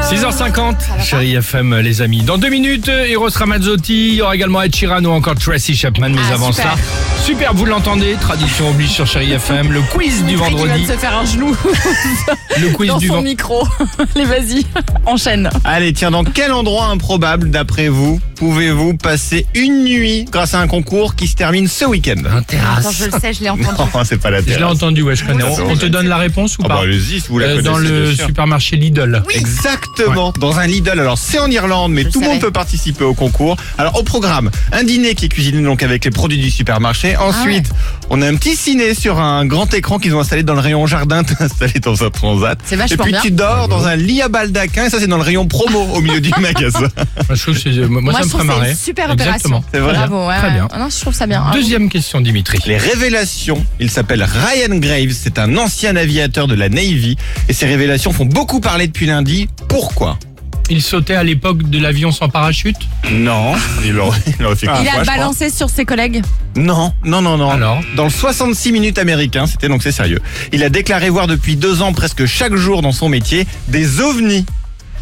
6h50, chérie FM, les amis. Dans deux minutes, euh, Eros Ramazzotti, il y aura également Ed Sheeran ou encore Tracy Chapman, mais Ah, avant super. ça, super, vous l'entendez, tradition oblige sur chérie FM, le quiz du Patrick, il vendredi, vient de se faire un genou le quiz dans du son vendredi. micro. Les vas-y, enchaîne. Allez, tiens, dans quel endroit improbable, d'après vous, pouvez-vous passer une nuit grâce à un concours qui se termine ce week-end Ah, Attends, Ah, je le sais, je l'ai entendu. Non, c'est pas la Je terre. l'ai entendu, ouais, je connais. On, on te donne la réponse ou Ah pas bah, allez-y, si vous la Euh, connaissez, Dans le bien sûr. supermarché Lidl. Exactement, dans un Lidl. Alors c'est en Irlande, mais Je tout le savais. monde peut participer au concours. Alors au programme, un dîner qui est cuisiné donc avec les produits du supermarché. Ensuite, on a un petit ciné sur un grand écran qu'ils ont installé dans le rayon jardin, t'es installé dans un transat. C'est Et vachement puis bien. tu dors dans un lit à baldaquin, et ça c'est dans le rayon promo au milieu du magasin. Moi, je trouve que c'est- euh, moi, Moi, ça je me ferait trouve que c'est marrer. une super Exactement. opération. C'est vrai. Bravo, ouais. Très bien. Ah Non, je trouve ça bien. Ah, Deuxième question, Dimitri. Les révélations, il s'appelle Ryan Graves, c'est un ancien aviateur de la Navy, et ces révélations font beaucoup parler depuis lundi. Pourquoi Il sautait à l'époque de l'avion sans parachute Non, il aurait, il aurait fait Ah, Il qu'une fois, a je crois. Euh, balancé sur ses collègues. Non, non, non, non. Alors Dans le 66 minutes américain, c'était donc c'est sérieux. Il a déclaré voir depuis deux ans presque chaque jour dans son métier des ovnis.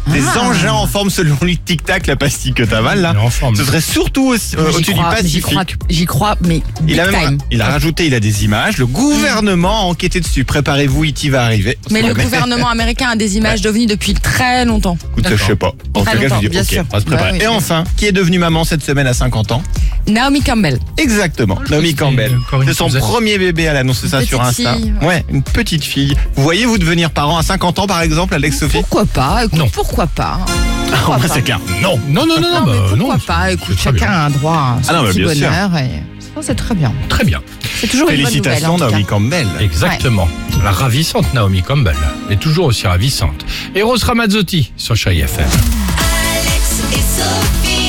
Des Ah. engins en forme selon lui Tic Tac, la pastille que t'avales là. Il est en forme. Ce serait surtout aussi- euh, J'y au-dessus du crois, mais J'y crois, Pacifique. j'y crois, mais big Il a, time. même, il a rajouté, il a des images. Le gouvernement a enquêté dessus. Préparez-vous, IT va arriver. Mais le gouvernement américain a des images d'OVNI depuis très longtemps. Écoute, je sais pas. En tout Très cas, je longtemps, dis, Ah, bien ok, sûr. on va se Bah préparer. oui. Et enfin, qui est devenue maman cette semaine à 50 ans Naomi Campbell. Exactement, Oh, je Naomi crois que c'était Campbell. encore une C'est son petite- premier bébé, elle a annoncé ça petite sur Insta. fille, ouais. une petite fille. Vous voyez vous devenir parent à 50 ans par exemple, Alex Sophie Pourquoi pas écoute, Non. Pourquoi pas Ah, Pourquoi bah, pas c'est clair. Ah, Non. Non, non, non, non, Non, Ah, mais bah, pourquoi non, pas Écoute, c'est très chacun bien. a un droit à son Ah non, mais petit bien sûr. bonheur. et- Non, C'est très bien. Très bien. C'est toujours une bonne nouvelle. Félicitations en tout cas. Naomi Campbell. Exactement. La ravissante Naomi Campbell est toujours aussi ravissante. Et Rose Ramazzotti sur Chérie FM. Alex et Sophie.